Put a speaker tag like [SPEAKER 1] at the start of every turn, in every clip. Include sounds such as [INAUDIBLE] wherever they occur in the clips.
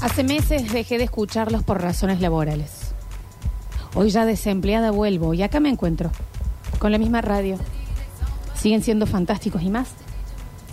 [SPEAKER 1] Hace meses dejé de escucharlos por razones laborales. Hoy ya desempleada vuelvo y acá me encuentro, con la misma radio. Siguen siendo fantásticos y más.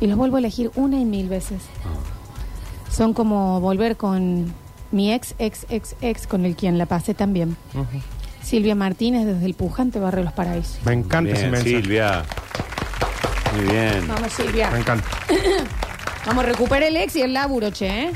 [SPEAKER 1] Y los vuelvo a elegir una y mil veces. Son como volver con mi ex, ex, ex, ex, con el quien la pasé también. Silvia Martínez desde el pujante barrio Los Paraísos.
[SPEAKER 2] Me encanta
[SPEAKER 3] Bien,
[SPEAKER 2] ese mensaje.
[SPEAKER 3] Silvia. Muy bien.
[SPEAKER 1] Vamos, Silvia.
[SPEAKER 2] Me encanta.
[SPEAKER 1] Vamos a recuperar el ex y el laburo, che, ¿eh?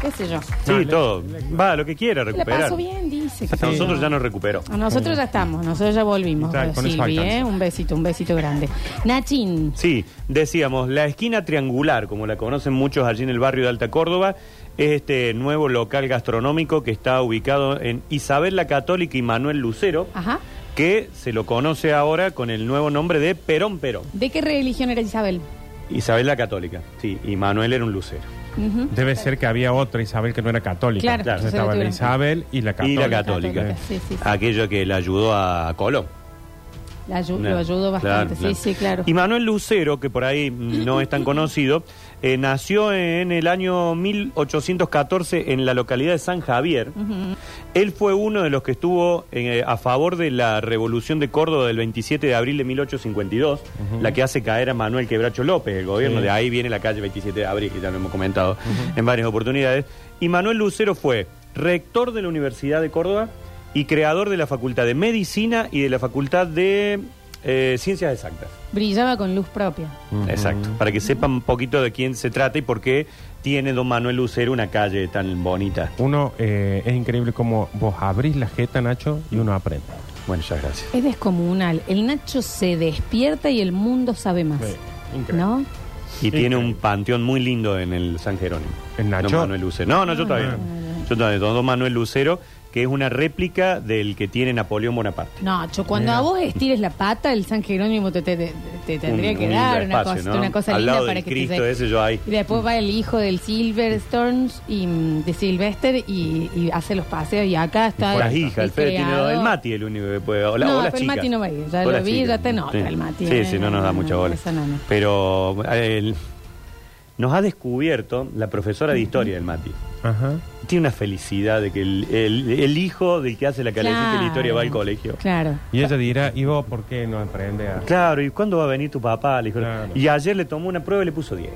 [SPEAKER 1] ¿Qué sé yo?
[SPEAKER 3] Sí, todo. Va, lo que quiera
[SPEAKER 1] La
[SPEAKER 3] recuperar.
[SPEAKER 1] paso bien, dice.
[SPEAKER 3] Hasta nosotros ya nos recuperó.
[SPEAKER 1] A nosotros ya estamos, nosotros ya volvimos.
[SPEAKER 2] Está, con eso
[SPEAKER 1] Silvi,
[SPEAKER 2] alcanza.
[SPEAKER 1] ¿eh? un besito, un besito grande. Nachin,
[SPEAKER 3] Sí, decíamos, la esquina triangular, como la conocen muchos allí en el barrio de Alta Córdoba, es este nuevo local gastronómico que está ubicado en Isabel la Católica y Manuel Lucero,
[SPEAKER 1] ajá.
[SPEAKER 3] que se lo conoce ahora con el nuevo nombre de Perón Perón.
[SPEAKER 1] ¿De qué religión era Isabel?
[SPEAKER 3] Isabel la Católica, sí, y Manuel era un lucero.
[SPEAKER 1] Ujú.
[SPEAKER 2] Debe ser que había otra Isabel que no era católica.
[SPEAKER 1] Claro,
[SPEAKER 2] Entonces
[SPEAKER 1] se
[SPEAKER 2] estaba la
[SPEAKER 1] detuvieron.
[SPEAKER 2] Isabel y la
[SPEAKER 3] Y
[SPEAKER 2] católica.
[SPEAKER 3] la Católica,
[SPEAKER 1] Católica, sí, sí, sí.
[SPEAKER 3] aquello que le ayudó a Colón.
[SPEAKER 1] La ayu-
[SPEAKER 3] Claro,
[SPEAKER 1] lo ayudó bastante,
[SPEAKER 3] claro,
[SPEAKER 1] sí, sí, claro.
[SPEAKER 3] Y Manuel Lucero, que por ahí mm, no es tan conocido, eh, nació en el año 1814 en la localidad de San Javier. Él fue uno de los que estuvo eh, a favor de la revolución de Córdoba del 27 de abril de 1852, la que hace caer a Manuel Quebracho López, el gobierno.
[SPEAKER 2] Sí.
[SPEAKER 3] De ahí viene la calle 27 de abril, que ya lo hemos comentado en varias oportunidades. Y Manuel Lucero fue rector de la Universidad de Córdoba y creador de la Facultad de Medicina y de la Facultad de eh, Ciencias Exactas.
[SPEAKER 1] Brillaba con luz propia.
[SPEAKER 3] Exacto. Para que sepan un poquito de quién se trata y por qué tiene don Manuel Lucero una calle tan bonita.
[SPEAKER 2] Uno, eh, es increíble cómo vos abrís la jeta, Nacho, y uno aprende.
[SPEAKER 3] Bueno, ya gracias.
[SPEAKER 1] Es descomunal. El Nacho se despierta y el mundo sabe más.
[SPEAKER 2] Sí, increíble.
[SPEAKER 1] ¿No?
[SPEAKER 3] Y tiene un
[SPEAKER 2] Increíble.
[SPEAKER 3] panteón muy lindo en el San Jerónimo.
[SPEAKER 2] ¿En Nacho? Ah,
[SPEAKER 3] Don Manuel Lucero. No, no, yo todavía.
[SPEAKER 1] no, no,
[SPEAKER 3] no. Yo todavía. Don don Manuel Lucero, que es una réplica del que tiene Napoleón Bonaparte.
[SPEAKER 1] Nacho, cuando
[SPEAKER 2] Mira.
[SPEAKER 1] a vos estires la pata, el San Jerónimo te, te- te- te tendría
[SPEAKER 3] Un-
[SPEAKER 1] que
[SPEAKER 3] un lindo
[SPEAKER 1] dar una,
[SPEAKER 3] espacio,
[SPEAKER 1] cosa,
[SPEAKER 3] ¿no?
[SPEAKER 1] una cosa
[SPEAKER 3] Al
[SPEAKER 1] linda
[SPEAKER 3] lado
[SPEAKER 1] para
[SPEAKER 3] del
[SPEAKER 1] que
[SPEAKER 3] Cristo
[SPEAKER 1] te se-
[SPEAKER 3] ese yo ahí.
[SPEAKER 1] Y después va el hijo del Silverstone y mm, de Sylvester y, y hace los paseos y acá está.
[SPEAKER 3] Las hijas, el Fede tiene
[SPEAKER 1] creador.
[SPEAKER 3] dos. El Mati el único que puede. O la-
[SPEAKER 1] Este No,
[SPEAKER 3] o las
[SPEAKER 1] pero el
[SPEAKER 3] chicas.
[SPEAKER 1] Mati no va a ir, ya
[SPEAKER 3] O
[SPEAKER 1] lo
[SPEAKER 3] las
[SPEAKER 1] vi,
[SPEAKER 3] chicas.
[SPEAKER 1] ya te nota
[SPEAKER 3] Sí.
[SPEAKER 1] el Mati,
[SPEAKER 3] Sí,
[SPEAKER 1] eh,
[SPEAKER 3] sí, no
[SPEAKER 1] no,
[SPEAKER 3] nos da
[SPEAKER 1] no,
[SPEAKER 3] mucha
[SPEAKER 1] no,
[SPEAKER 3] bola.
[SPEAKER 1] esa no, no.
[SPEAKER 3] Pero eh, el- nos ha descubierto la profesora de historia del Mati.
[SPEAKER 2] Ajá.
[SPEAKER 3] Tiene una felicidad de que el, el- el hijo del que hace la calecita de la
[SPEAKER 1] Claro.
[SPEAKER 3] historia va al colegio.
[SPEAKER 1] Claro.
[SPEAKER 2] Y ella dirá, ¿y vos por qué no aprende a...?
[SPEAKER 3] Claro, ¿y cuándo va a venir tu papá? Le dijo-
[SPEAKER 2] Claro.
[SPEAKER 3] Y ayer le tomó una prueba y le puso 10.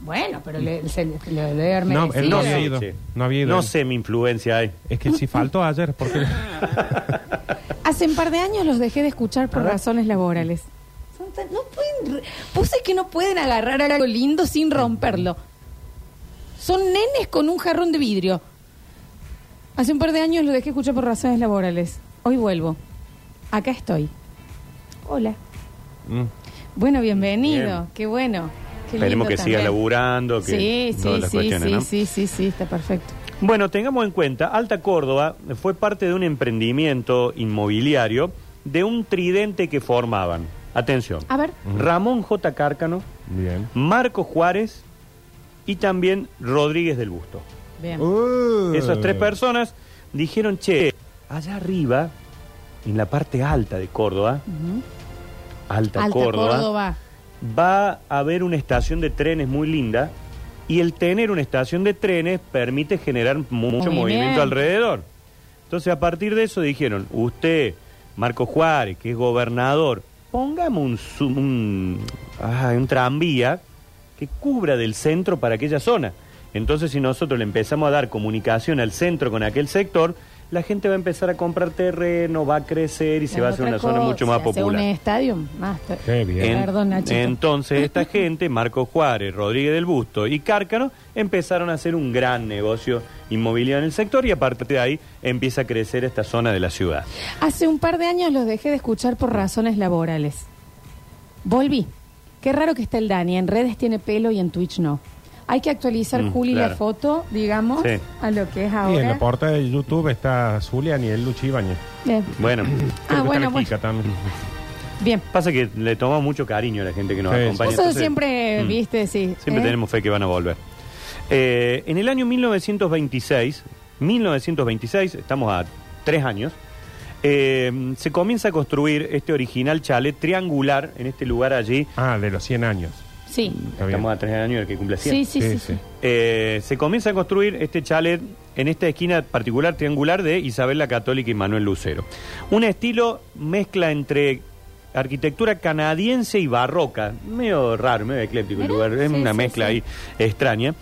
[SPEAKER 1] Bueno, pero le, se, le, le debe haber
[SPEAKER 2] No,
[SPEAKER 1] merecido.
[SPEAKER 2] él no
[SPEAKER 3] Sí,
[SPEAKER 2] había ido.
[SPEAKER 3] sí.
[SPEAKER 2] No había ido.
[SPEAKER 3] No
[SPEAKER 2] él.
[SPEAKER 3] sé mi influencia ahí.
[SPEAKER 2] Es que si faltó ayer, porque...
[SPEAKER 1] Hace un par de años los dejé de escuchar por razones laborales. Son tan- No pueden, re- puse que no pueden agarrar algo lindo sin romperlo. Son nenes con un jarrón de vidrio. Hace un par de años los dejé escuchar por razones laborales. Hoy vuelvo. Acá estoy. Hola.
[SPEAKER 2] Mm.
[SPEAKER 1] Bueno, bienvenido.
[SPEAKER 3] Bien.
[SPEAKER 1] Qué bueno. Qué lindo
[SPEAKER 3] Esperemos que siga
[SPEAKER 1] también.
[SPEAKER 3] laburando, que
[SPEAKER 1] Sí, sí,
[SPEAKER 3] todas las
[SPEAKER 1] sí,
[SPEAKER 3] cuestiones,
[SPEAKER 1] sí,
[SPEAKER 3] ¿no?
[SPEAKER 1] sí, sí, sí, está perfecto.
[SPEAKER 3] Bueno, tengamos en cuenta, Alta Córdoba fue parte de un emprendimiento inmobiliario de un tridente que formaban. Atención.
[SPEAKER 1] A ver.
[SPEAKER 3] Ramón J. Cárcano,
[SPEAKER 2] Bien.
[SPEAKER 3] Marco Juárez y también Rodríguez del Busto.
[SPEAKER 1] Bien.
[SPEAKER 3] Uh. Esas
[SPEAKER 2] Eh.
[SPEAKER 3] tres personas dijeron, che, allá arriba, en la parte alta de Córdoba,
[SPEAKER 1] Ujú.
[SPEAKER 3] Alta,
[SPEAKER 1] Alta
[SPEAKER 3] Uh, Córdoba,
[SPEAKER 1] Córdoba.
[SPEAKER 3] va a haber una estación de trenes muy linda y el tener una estación de trenes permite generar mu- mucho
[SPEAKER 1] Movimiento.
[SPEAKER 3] movimiento alrededor. Entonces, a partir de eso dijeron, usted, Marco Juárez, que es gobernador, pongamos un, su- un, ay, un tranvía que cubra del centro para aquella zona. Entonces, si nosotros le empezamos a dar comunicación al centro con aquel sector, la gente va a empezar a comprar terreno, va a crecer y se va a hacer una zona mucho más popular.
[SPEAKER 1] un estadio más. to-
[SPEAKER 2] Qué bien.
[SPEAKER 3] En-
[SPEAKER 1] Perdón, Nachito. [LAUGHS]
[SPEAKER 3] entonces esta gente, Marco Juárez, Rodríguez del Busto y Cárcano, empezaron a hacer un gran negocio inmobiliario en el sector y a partir de ahí empieza a crecer esta zona de la ciudad.
[SPEAKER 1] Hace un par de años los dejé de escuchar por razones laborales. Volví. Qué raro que está el Dani. En redes tiene pelo y en Twitch no. Hay que actualizar,
[SPEAKER 3] Mm,
[SPEAKER 1] Juli,
[SPEAKER 3] claro.
[SPEAKER 1] la foto, digamos,
[SPEAKER 3] Sí.
[SPEAKER 1] a lo que es
[SPEAKER 2] Y en
[SPEAKER 1] ahora.
[SPEAKER 2] la portada de YouTube está Zulian y el Luchibáñez.
[SPEAKER 1] Bien. [CLEARS THROAT]
[SPEAKER 3] Bueno,
[SPEAKER 1] Ah,
[SPEAKER 2] Creo que está
[SPEAKER 1] bueno,
[SPEAKER 2] la
[SPEAKER 1] bueno.
[SPEAKER 2] Kika también.
[SPEAKER 1] Bien.
[SPEAKER 3] pasa que le tomamos mucho cariño a la gente que nos
[SPEAKER 2] Sí, sí.
[SPEAKER 3] acompaña.
[SPEAKER 1] Eso
[SPEAKER 3] entonces-
[SPEAKER 1] siempre,
[SPEAKER 3] Mm.
[SPEAKER 1] viste, sí.
[SPEAKER 3] Siempre
[SPEAKER 1] ¿eh?
[SPEAKER 3] tenemos fe que van a volver. Eh, en el año 1926, 1926, estamos a tres años, eh, se comienza a construir este original chalet triangular en este lugar allí
[SPEAKER 2] Ah, de los 100 años.
[SPEAKER 1] Sí.
[SPEAKER 2] Está bien.
[SPEAKER 3] Estamos a tres años del que cumple 100.
[SPEAKER 1] Sí, sí, sí.
[SPEAKER 2] Sí,
[SPEAKER 1] sí.
[SPEAKER 2] sí.
[SPEAKER 3] Eh, se comienza a construir este chalet en esta esquina particular triangular de Isabel la Católica y Manuel Lucero. Un estilo mezcla entre arquitectura canadiense y barroca, medio raro, medio ecléptico el
[SPEAKER 1] Mirá,
[SPEAKER 3] lugar, es
[SPEAKER 1] sí,
[SPEAKER 3] una
[SPEAKER 1] sí,
[SPEAKER 3] mezcla
[SPEAKER 1] sí.
[SPEAKER 3] ahí extraña,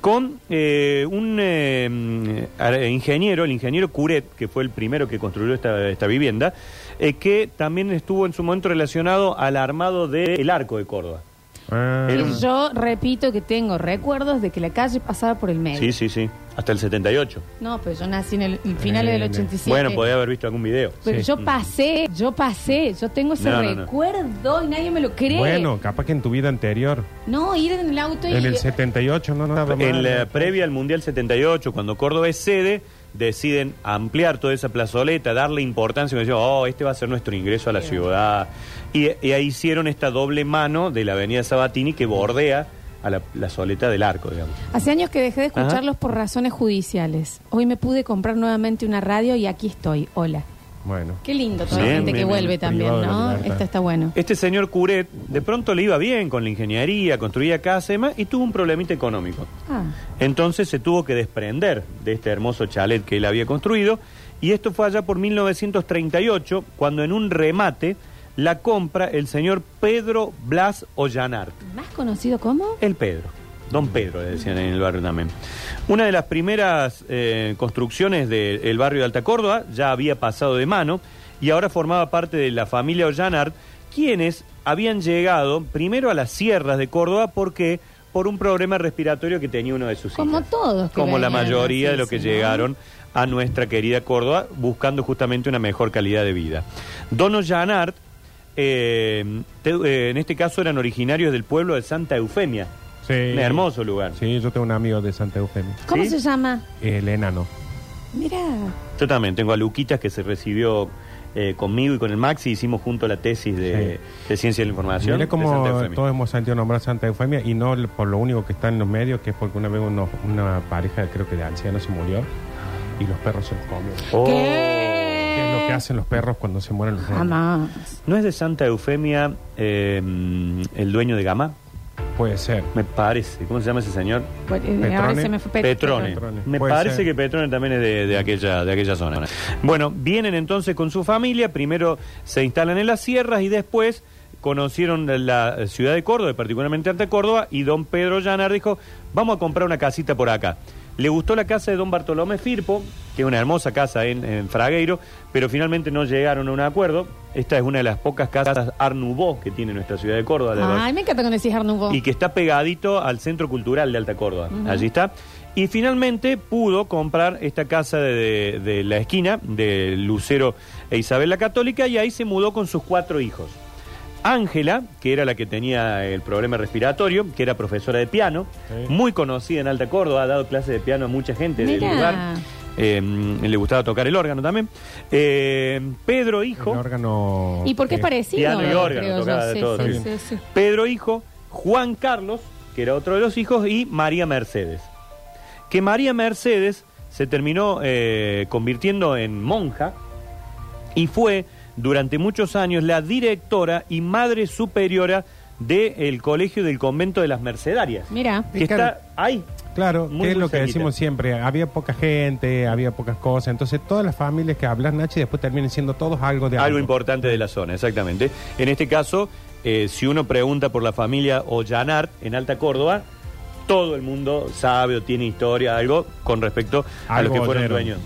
[SPEAKER 3] con eh, un eh, mm, ar- ingeniero, el ingeniero Curet, que fue el primero que construyó esta, esta vivienda, eh, que también estuvo en su momento relacionado al armado del Arco de Córdoba.
[SPEAKER 2] Ah,
[SPEAKER 3] Era
[SPEAKER 1] Y Yo repito que tengo recuerdos de que la calle pasaba por el medio.
[SPEAKER 3] Sí, sí, sí, hasta el 78.
[SPEAKER 1] No, pero yo nací en el, el final del
[SPEAKER 2] Bien, bien.
[SPEAKER 1] 87.
[SPEAKER 3] Bueno, podía haber visto algún video.
[SPEAKER 1] Pero
[SPEAKER 2] Sí.
[SPEAKER 1] yo pasé, yo pasé, yo tengo ese
[SPEAKER 3] Mm. No, no, no.
[SPEAKER 1] recuerdo y nadie me lo cree.
[SPEAKER 2] Bueno, capaz que en tu vida anterior,
[SPEAKER 1] No, ir en el auto y... eh,
[SPEAKER 2] en el 78, no nada eh. más.
[SPEAKER 3] En la previa al Mundial 78, cuando Córdoba es sede, deciden ampliar toda esa plazoleta, darle importancia, y decían, oh, este va a ser nuestro ingreso a la ciudad. Y, y ahí hicieron esta doble mano de la avenida Sabatini que bordea a la plazoleta del arco, digamos.
[SPEAKER 1] Hace años que dejé de escucharlos por razones judiciales. Hoy me pude comprar nuevamente una radio y aquí estoy. Hola.
[SPEAKER 2] Bueno.
[SPEAKER 1] Qué lindo toda la
[SPEAKER 3] Bien,
[SPEAKER 1] gente
[SPEAKER 3] bien,
[SPEAKER 1] que
[SPEAKER 3] bien.
[SPEAKER 1] vuelve también,
[SPEAKER 2] Privado de
[SPEAKER 1] ¿no?
[SPEAKER 2] libertad.
[SPEAKER 1] Esto está bueno.
[SPEAKER 3] Este señor Curet, de pronto le iba bien con la ingeniería, construía casas y demás, y tuvo un problemita económico.
[SPEAKER 1] Ah,
[SPEAKER 3] Entonces se tuvo que desprender de este hermoso chalet que él había construido y esto fue allá por 1938 cuando en un remate la compra el señor Pedro Blas Ollanart.
[SPEAKER 1] más conocido como...
[SPEAKER 3] El Pedro, don Pedro le decían en el barrio también. Una de las primeras eh, construcciones del barrio de Alta Córdoba ya había pasado de mano y ahora formaba parte de la familia Ollanart quienes habían llegado primero a las sierras de Córdoba porque por un problema respiratorio que tenía uno de sus
[SPEAKER 1] Como
[SPEAKER 3] hijas.
[SPEAKER 1] todos que
[SPEAKER 3] Como la
[SPEAKER 1] venían,
[SPEAKER 3] mayoría de los que
[SPEAKER 1] sí, sí, ¿no?
[SPEAKER 3] llegaron a nuestra querida Córdoba buscando justamente una mejor calidad de vida. Dono Janart, en este caso eran originarios del pueblo de Santa Eufemia,
[SPEAKER 2] Sí.
[SPEAKER 3] un hermoso lugar.
[SPEAKER 2] Sí, yo tengo un amigo de Santa Eugenia,
[SPEAKER 1] ¿Cómo
[SPEAKER 3] ¿Sí?
[SPEAKER 1] se llama?
[SPEAKER 2] el enano.
[SPEAKER 1] Mira,
[SPEAKER 3] Yo también tengo a Luquitas que se recibió eh, conmigo y con el Maxi, hicimos junto la tesis de, de Ciencia de la Información.
[SPEAKER 2] Mira
[SPEAKER 3] ¿Ah, de Santa
[SPEAKER 2] cómo
[SPEAKER 3] Eufemia.
[SPEAKER 2] todos hemos sentido nombrar Santa Eufemia y no l- por lo único que está en los medios, que es porque una vez uno- una pareja, creo que de ancianos, se murió y los perros se los comieron.
[SPEAKER 3] Oh.
[SPEAKER 1] ¿Qué?
[SPEAKER 2] ¿Qué es lo que hacen los perros cuando se mueren los nenes?
[SPEAKER 1] Eh. jamás.
[SPEAKER 3] ¿No es de Santa Eufemia eh, el dueño de Gama?
[SPEAKER 2] Puede ser.
[SPEAKER 3] Me parece. ¿Cómo se llama ese señor?
[SPEAKER 1] Bueno, eh, ahora
[SPEAKER 2] Petrone.
[SPEAKER 1] se me fue Pet-
[SPEAKER 3] Petrone.
[SPEAKER 2] Petrone.
[SPEAKER 3] Me
[SPEAKER 2] Puede
[SPEAKER 3] parece
[SPEAKER 2] ser.
[SPEAKER 3] que Petrone también es de, de aquella, de aquella zona. Bueno, vienen entonces con su familia, primero se instalan en las sierras y después conocieron la, la ciudad de Córdoba, y particularmente Alta Córdoba, y don Pedro Llanar dijo, vamos a comprar una casita por acá. Le gustó la casa de don Bartolomé Firpo, que es una hermosa casa en, en Fragueiro, pero finalmente no llegaron a un acuerdo. Esta es una de las pocas casas Art Nouveau que tiene nuestra ciudad de Córdoba. la verdad
[SPEAKER 1] Ay, me encanta cuando decís Arnubo.
[SPEAKER 3] y que está pegadito al Centro Cultural de Alta Córdoba. Allí está. Y finalmente pudo comprar esta casa de, de- de la esquina de Lucero e Isabel la Católica y ahí se mudó con sus cuatro hijos. Ángela, que era la que tenía el problema respiratorio, que era profesora de piano,
[SPEAKER 2] Sí.
[SPEAKER 3] muy conocida en Alta Córdoba, ha dado clases de piano a mucha gente
[SPEAKER 1] Mirá.
[SPEAKER 3] del lugar. Eh, le gustaba tocar el órgano también. Eh, Pedro, hijo.
[SPEAKER 2] El órgano...
[SPEAKER 1] ¿Y por qué es
[SPEAKER 2] que-
[SPEAKER 1] parecido?
[SPEAKER 3] Piano y órgano,
[SPEAKER 1] creo yo,
[SPEAKER 3] tocaba de
[SPEAKER 1] sí,
[SPEAKER 3] todo,
[SPEAKER 1] sí,
[SPEAKER 2] sí.
[SPEAKER 1] sí, sí.
[SPEAKER 3] Pedro hijo, Juan Carlos, que era otro de los hijos, y María Mercedes. Que María Mercedes se terminó eh, convirtiendo en monja y fue durante muchos años la directora y madre superiora del colegio del convento de las Mercedarias.
[SPEAKER 1] Mira,
[SPEAKER 3] Que está ahí.
[SPEAKER 2] Claro,
[SPEAKER 3] Muy,
[SPEAKER 2] que es
[SPEAKER 3] muy
[SPEAKER 2] lo que
[SPEAKER 3] cerquita.
[SPEAKER 2] decimos siempre, había poca gente, había pocas cosas, entonces todas las familias que hablan Nachi después terminan siendo todos algo de algo.
[SPEAKER 3] Algo importante de la zona, exactamente. En este caso, eh, si uno pregunta por la familia Ollanart en Alta Córdoba, todo el mundo sabe o tiene historia, algo con respecto a
[SPEAKER 2] Algo
[SPEAKER 3] los que fueron
[SPEAKER 2] oyeron.
[SPEAKER 3] dueños.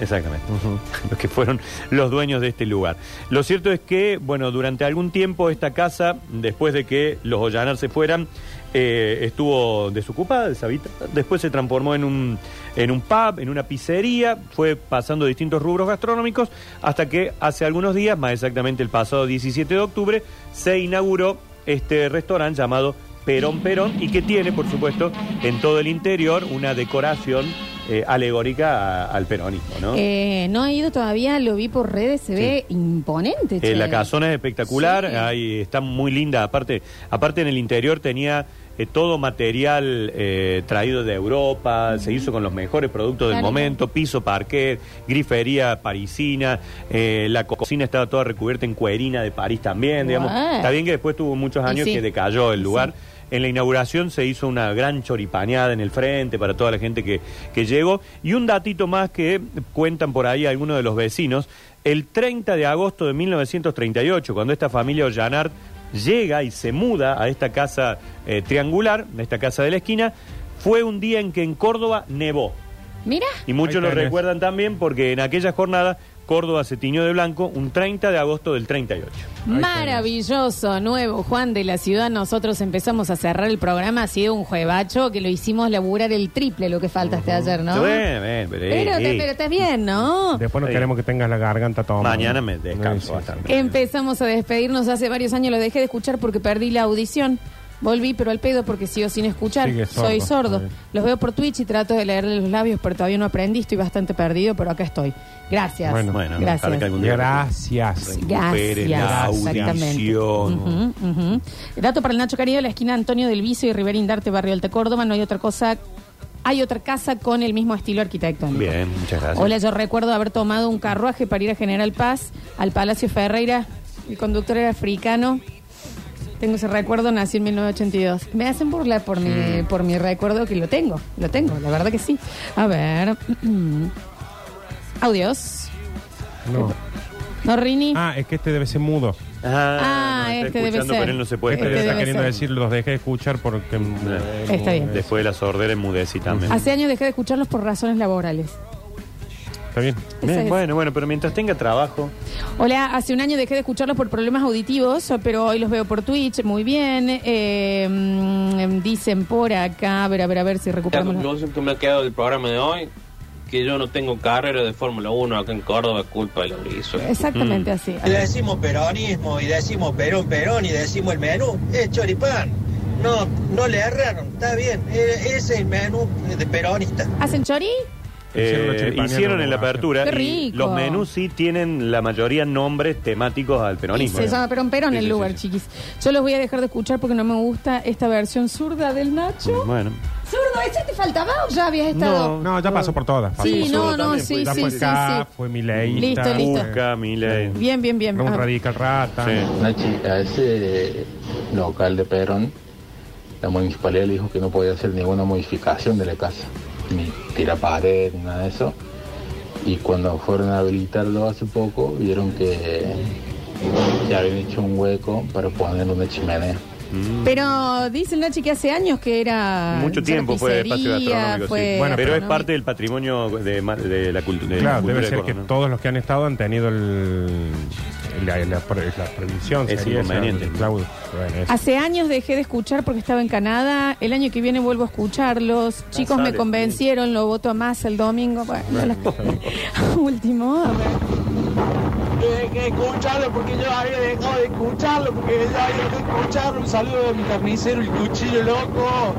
[SPEAKER 3] Exactamente.
[SPEAKER 2] Ujú.
[SPEAKER 3] [LAUGHS] Los que fueron los dueños de este lugar. Lo cierto es que, bueno, durante algún tiempo esta casa, después de que los Ollanart se fueran, eh, estuvo desocupada, deshabitada. Después se transformó en un, en un pub, en una pizzería, fue pasando distintos rubros gastronómicos, hasta que hace algunos días, más exactamente el pasado 17 de octubre, se inauguró este restaurante llamado Perón Perón y que tiene, por supuesto, en todo el interior una decoración eh, alegórica a- al peronismo, ¿no?
[SPEAKER 1] eh, no he ido todavía, lo vi por redes, se ve imponente.
[SPEAKER 3] Eh,
[SPEAKER 1] che.
[SPEAKER 3] la casona es espectacular,
[SPEAKER 1] Sí.
[SPEAKER 3] ahí está muy linda. Aparte, aparte en el interior tenía eh, todo material eh, traído de Europa, se hizo con los mejores productos del
[SPEAKER 1] Claro.
[SPEAKER 3] momento, piso, parquet, grifería parisina, eh, la co- cocina estaba toda recubierta en cuerina de París también, digamos.
[SPEAKER 1] Guau.
[SPEAKER 3] Está bien que después tuvo muchos
[SPEAKER 1] Y
[SPEAKER 3] años
[SPEAKER 1] sí.
[SPEAKER 3] que decayó el
[SPEAKER 1] Y
[SPEAKER 3] lugar. En la inauguración se hizo una gran choripaneada en el frente para toda la gente que, que llegó. Y un datito más que cuentan por ahí algunos de los vecinos. El 30 de agosto de 1938, cuando esta familia Ollanart llega y se muda a esta casa eh, triangular, a esta casa de la esquina, fue un día en que en Córdoba nevó.
[SPEAKER 1] Mira,
[SPEAKER 3] Y muchos
[SPEAKER 2] Ahí
[SPEAKER 3] lo
[SPEAKER 2] tenés.
[SPEAKER 3] recuerdan también porque en aquella jornada Córdoba se tiñó de blanco un 30 de agosto del 38.
[SPEAKER 1] maravilloso, nuevo Juan de la ciudad. Nosotros empezamos a cerrar el programa, ha sido un juevacho que lo hicimos laburar el triple lo que faltaste ayer, ¿no?
[SPEAKER 3] Bueno, bueno, pero, eh,
[SPEAKER 1] Pero,
[SPEAKER 3] eh,
[SPEAKER 1] pero estás bien, ¿no?
[SPEAKER 2] Después no
[SPEAKER 3] Sí.
[SPEAKER 2] queremos que tengas la garganta tomada.
[SPEAKER 3] Mañana me descanso bastante.
[SPEAKER 1] Empezamos a despedirnos hace varios años, lo dejé de escuchar porque perdí la audición. Volví, pero al pedo porque sigo sin escuchar.
[SPEAKER 2] Sigue sordo.
[SPEAKER 1] Soy sordo.
[SPEAKER 2] Está bien.
[SPEAKER 1] Los veo por Twitch y trato de leerle los labios, pero todavía no aprendí. Estoy bastante perdido, pero acá estoy. Gracias.
[SPEAKER 2] Bueno,
[SPEAKER 3] Bueno, para que
[SPEAKER 1] gracias.
[SPEAKER 3] algún día
[SPEAKER 2] Gracias.
[SPEAKER 3] recupere la
[SPEAKER 1] Gracias, exactamente.
[SPEAKER 3] audición.
[SPEAKER 1] Ujú, ujú. Dato para el Nacho Carillo, la esquina Antonio del Viso y Rivera Indarte, Barrio Alta Córdoba. No hay otra cosa. Hay otra casa con el mismo estilo arquitectónico.
[SPEAKER 3] Bien, muchas gracias.
[SPEAKER 1] Hola, yo recuerdo haber tomado un carruaje para ir a General Paz al Palacio Ferreira. El conductor era africano. Tengo ese recuerdo, nací en 1982. Me hacen burlar por mi, por mi recuerdo que lo tengo, lo tengo, la verdad que sí. A ver. [CLEARS THROAT] Audios.
[SPEAKER 2] No.
[SPEAKER 1] No, Rini.
[SPEAKER 2] Ah, es que este debe ser mudo.
[SPEAKER 1] Ah,
[SPEAKER 3] no, está
[SPEAKER 1] este debe
[SPEAKER 3] escuchando,
[SPEAKER 1] ser.
[SPEAKER 3] pero él no se puede.
[SPEAKER 2] este
[SPEAKER 1] Este
[SPEAKER 2] está
[SPEAKER 1] debe
[SPEAKER 2] queriendo
[SPEAKER 1] ser.
[SPEAKER 2] decir, los dejé de escuchar porque...
[SPEAKER 1] Está bien.
[SPEAKER 3] Después de la sordera enmudecí también.
[SPEAKER 1] Hace años dejé de escucharlos por razones laborales.
[SPEAKER 2] Está bien.
[SPEAKER 1] Esa
[SPEAKER 3] Bien,
[SPEAKER 1] es.
[SPEAKER 3] bueno, bueno, pero mientras tenga trabajo.
[SPEAKER 1] Hola, hace un año dejé de escucharlos por problemas auditivos, pero hoy los veo por Twitch, muy bien. Eh, mm, dicen por acá, a ver, a ver, a ver si
[SPEAKER 4] La
[SPEAKER 1] recuperamos. los-
[SPEAKER 4] conclusión que me ha quedado del programa de hoy, que yo no tengo carrera de Fórmula 1 acá en Córdoba, es culpa de la Brizuela.
[SPEAKER 1] Exactamente
[SPEAKER 3] Mm.
[SPEAKER 1] así.
[SPEAKER 5] Le decimos peronismo y decimos perón, perón y decimos el menú. Es choripán. No, no le erraron. Está bien. Eh, Ese es el menú de peronista.
[SPEAKER 1] ¿Hacen chori?
[SPEAKER 2] Hicieron la
[SPEAKER 3] Eh,
[SPEAKER 2] choripaneada
[SPEAKER 3] hicieron en la
[SPEAKER 2] con
[SPEAKER 3] apertura.
[SPEAKER 1] Qué
[SPEAKER 3] y
[SPEAKER 1] rico.
[SPEAKER 3] los menús sí tienen la mayoría nombres temáticos al
[SPEAKER 1] Y
[SPEAKER 3] peronismo.
[SPEAKER 1] se
[SPEAKER 3] ¿eh?
[SPEAKER 1] llama Perón Perón
[SPEAKER 3] Sí,
[SPEAKER 1] el
[SPEAKER 3] sí,
[SPEAKER 1] lugar,
[SPEAKER 3] sí, sí.
[SPEAKER 1] chiquis. Yo los voy a dejar de escuchar porque no me gusta esta versión zurda del Nacho.
[SPEAKER 3] Mm, Bueno,
[SPEAKER 1] ¿Zurdo, ese te faltaba o ya habías estado?
[SPEAKER 2] No, ya pasó por todas. pasó
[SPEAKER 1] Sí,
[SPEAKER 2] por
[SPEAKER 1] no,
[SPEAKER 2] todas.
[SPEAKER 1] no, sí,
[SPEAKER 2] Ya
[SPEAKER 1] sí,
[SPEAKER 2] fue
[SPEAKER 1] sí,
[SPEAKER 2] K,
[SPEAKER 1] sí.
[SPEAKER 2] fue Mileísta,
[SPEAKER 1] Listo, listo.
[SPEAKER 2] fue-
[SPEAKER 3] Busca, Milei.
[SPEAKER 1] Bien, bien, bien.
[SPEAKER 2] fue Un
[SPEAKER 1] Ah,
[SPEAKER 2] radical rata.
[SPEAKER 3] Sí.
[SPEAKER 6] Nachi, a ese local de Perón, la municipalidad le dijo que no podía hacer ninguna modificación de la casa, ni tira pared, ni nada de eso. Y cuando fueron a habilitarlo hace poco, vieron que ya habían hecho un hueco para poner una chimenea.
[SPEAKER 1] Pero dice el Nachi que hace años que era.
[SPEAKER 3] Mucho
[SPEAKER 1] ya
[SPEAKER 3] tiempo
[SPEAKER 1] era
[SPEAKER 3] fue espacio
[SPEAKER 1] pizzería,
[SPEAKER 3] gastronómico,
[SPEAKER 1] fue
[SPEAKER 3] sí. Bueno, pero es
[SPEAKER 1] gastronómico.
[SPEAKER 3] parte del patrimonio de, ma- de la cultura.
[SPEAKER 2] Claro, debe ser que todos los que han estado han tenido el, la, la, pre- la previsión.
[SPEAKER 3] Es
[SPEAKER 2] sería,
[SPEAKER 3] inconveniente.
[SPEAKER 2] ¿sabes? Claudio. Bueno, eso.
[SPEAKER 1] Hace años dejé de escuchar porque estaba en Canadá. El año que viene vuelvo a escucharlos. Chicos, me
[SPEAKER 3] sale.
[SPEAKER 1] convencieron. Lo voto a más el domingo. Bueno, no las puedo. [LAUGHS] Último. a ver.
[SPEAKER 7] que escucharlo porque yo había dejado de escucharlo porque ya había dejado de escucharlo. Un saludo de mi carnicero, el cuchillo loco.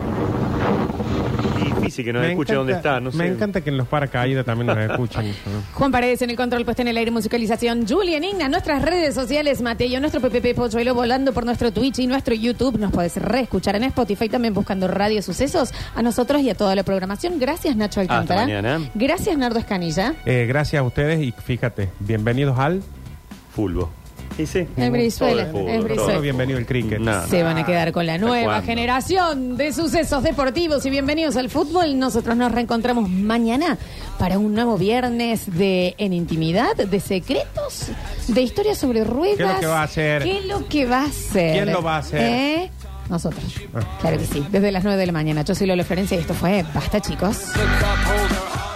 [SPEAKER 3] Difícil que nos
[SPEAKER 2] Me
[SPEAKER 3] escuche
[SPEAKER 2] encanta-
[SPEAKER 3] dónde está, no sé.
[SPEAKER 2] Me encanta que en los paracaídas también nos escuchan.
[SPEAKER 3] [LAUGHS]
[SPEAKER 2] ¿no?
[SPEAKER 1] Juan Paredes en el control, puesta en el aire, musicalización. Julian Igna, nuestras redes sociales, Mateo, nuestro PPP Pochuelo volando por nuestro Twitch y nuestro YouTube. Nos podés reescuchar en Spotify también buscando Radio Sucesos a nosotros y a toda la programación. Gracias, Nacho Alcántara.
[SPEAKER 3] mañana.
[SPEAKER 1] Gracias, Nardo Escanilla.
[SPEAKER 2] Eh, gracias a ustedes y fíjate, bienvenidos al...
[SPEAKER 3] Fulbo. Y sí.
[SPEAKER 1] El Brizuela.
[SPEAKER 3] Todo el
[SPEAKER 1] El
[SPEAKER 3] fútbol,
[SPEAKER 1] Brizuela.
[SPEAKER 2] Todo bienvenido el cricket.
[SPEAKER 3] No,
[SPEAKER 1] Se van a quedar con la nueva
[SPEAKER 3] cuándo?
[SPEAKER 1] generación de sucesos deportivos y bienvenidos al fútbol. Nosotros nos reencontramos mañana para un nuevo viernes de En Intimidad, de secretos, de historias sobre ruedas.
[SPEAKER 2] ¿Qué es lo que va a hacer?
[SPEAKER 1] ¿Qué es lo que va a hacer?
[SPEAKER 2] ¿Quién lo va a hacer? Ah.
[SPEAKER 1] ¿Eh? Nosotros. Claro que sí. Desde las 9 de la mañana. Yo soy Lola Florencia y esto fue Basta, chicos.
[SPEAKER 8] the cup holder.